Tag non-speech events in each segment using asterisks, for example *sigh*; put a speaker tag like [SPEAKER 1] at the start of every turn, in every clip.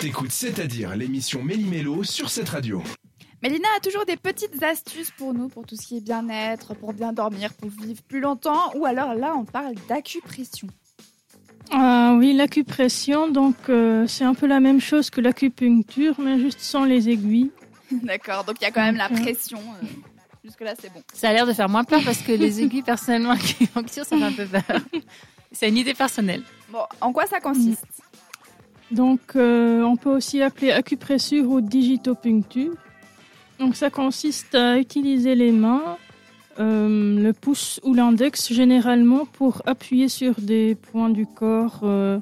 [SPEAKER 1] T'écoutes C'est-à-dire l'émission Méli-Mélo sur cette radio.
[SPEAKER 2] Mélina a toujours des petites astuces pour nous, pour tout ce qui est bien-être, pour bien dormir, pour vivre plus longtemps. Ou alors là, on parle d'acupression.
[SPEAKER 3] Ah oui, l'acupression, donc euh, c'est un peu la même chose que l'acupuncture, mais juste sans les aiguilles.
[SPEAKER 2] *laughs* D'accord, donc il y a quand même la
[SPEAKER 3] Ok.
[SPEAKER 2] pression. euh, Jusque-là, c'est bon.
[SPEAKER 4] Ça a l'air de faire moins peur parce que les aiguilles, personnellement, qui tirent, ça fait un peu peur. *laughs* C'est une idée personnelle.
[SPEAKER 2] Bon, en quoi ça consiste
[SPEAKER 3] Donc euh, on peut aussi appeler acupressure ou digitopuncture. Donc ça consiste à utiliser les mains, euh, le pouce ou l'index généralement pour appuyer sur des points du corps euh,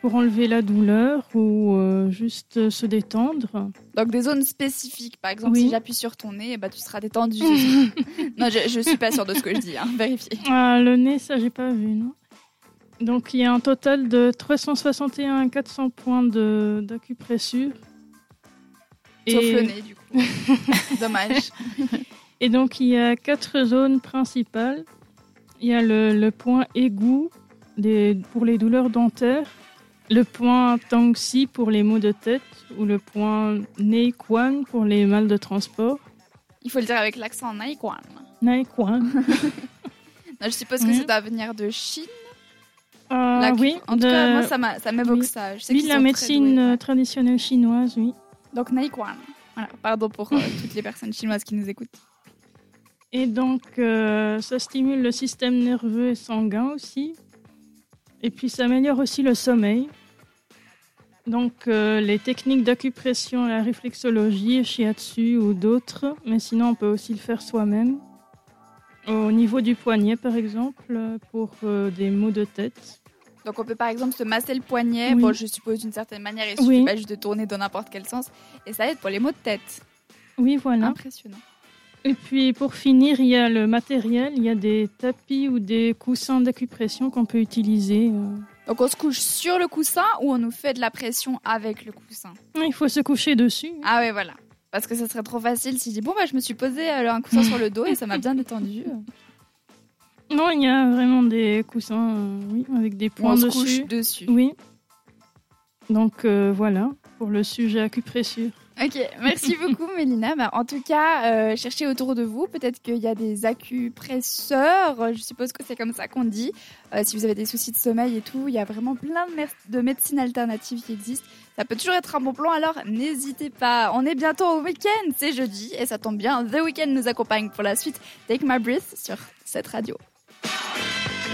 [SPEAKER 3] pour enlever la douleur ou euh, juste euh, se détendre.
[SPEAKER 2] Donc des zones spécifiques. Par exemple,
[SPEAKER 3] Oui.
[SPEAKER 2] si j'appuie sur ton nez, eh ben, tu seras détendu. *laughs* Zouzou. non, je, je suis pas sûre de ce que je dis. Hein. Vérifiez.
[SPEAKER 3] Ah, le nez, ça, j'ai pas vu, non Donc, il y a un total de 361 400 points de- d'acupressure.
[SPEAKER 2] Sauf le
[SPEAKER 3] Et,
[SPEAKER 2] nez, du *laughs* coup. Dommage.
[SPEAKER 3] et donc, il y a quatre zones principales. Il y a le, le point aigu des- pour les douleurs dentaires, le point tangxi pour les maux de tête ou le point nei Kwan pour les mal de transport.
[SPEAKER 2] Il faut le dire avec l'accent naïkwan.
[SPEAKER 3] Nei Kwan.
[SPEAKER 2] *laughs* Non, je suppose que
[SPEAKER 3] Mhm.
[SPEAKER 2] ça doit venir de Chine.
[SPEAKER 3] Ah
[SPEAKER 2] la-
[SPEAKER 3] oui,
[SPEAKER 2] En tout cas,
[SPEAKER 3] de-
[SPEAKER 2] moi, ça m'a- ça m'évoque
[SPEAKER 3] oui.
[SPEAKER 2] ça. Je sais
[SPEAKER 3] oui,
[SPEAKER 2] qu'ils
[SPEAKER 3] la
[SPEAKER 2] sont très
[SPEAKER 3] médecine
[SPEAKER 2] doués.
[SPEAKER 3] euh, traditionnelle chinoise, oui.
[SPEAKER 2] Donc naïkwan. Voilà. Pardon pour euh, toutes les personnes chinoises qui nous écoutent.
[SPEAKER 3] Et donc, euh, ça stimule le système nerveux et sanguin aussi. Et puis, ça améliore aussi le sommeil. Donc, euh, les techniques d'acupression, la réflexologie, shiatsu ou d'autres. Mais sinon, on peut aussi le faire soi-même. Au niveau du poignet, par exemple, euh, pour euh, des maux de tête.
[SPEAKER 2] Donc on peut par exemple se masser le poignet.
[SPEAKER 3] Oui.
[SPEAKER 2] Bon, je suppose d'une certaine manière. Il suffit
[SPEAKER 3] Oui.
[SPEAKER 2] pas juste de tourner dans n'importe quel sens. Et ça aide pour les maux de tête.
[SPEAKER 3] Oui, voilà.
[SPEAKER 2] Impressionnant.
[SPEAKER 3] Et puis pour finir, il y a le matériel, il y a des tapis ou des coussins d'acupression qu'on peut utiliser. euh.
[SPEAKER 2] Donc on se couche sur le coussin ou on nous fait de la pression avec le coussin
[SPEAKER 3] Il faut se coucher dessus.
[SPEAKER 2] Ah ouais, voilà. Parce que ça serait trop facile si je dis bon bah je me suis posé euh, un coussin sur le dos et ça m'a bien
[SPEAKER 3] *laughs*
[SPEAKER 2] détendu.
[SPEAKER 3] Non, il y a vraiment des coussins euh, oui, avec des
[SPEAKER 2] Ou on
[SPEAKER 3] points
[SPEAKER 2] se
[SPEAKER 3] dessus.
[SPEAKER 2] couche dessus.
[SPEAKER 3] Oui. Donc euh, voilà pour le sujet acupressure.
[SPEAKER 2] Ok, merci beaucoup *laughs* Mélina. Bah, en tout cas, euh, cherchez autour de vous. Peut-être qu'il y a des acupresseurs. euh, Je suppose que c'est comme ça qu'on dit. Euh, si vous avez des soucis de sommeil et tout, il y a vraiment plein de, mer- de médecines alternatives qui existent. Ça peut toujours être un bon plan, alors n'hésitez pas. On est bientôt au week-end, c'est jeudi, et ça tombe bien. The Weeknd nous accompagne pour la suite. Take my breath sur cette radio.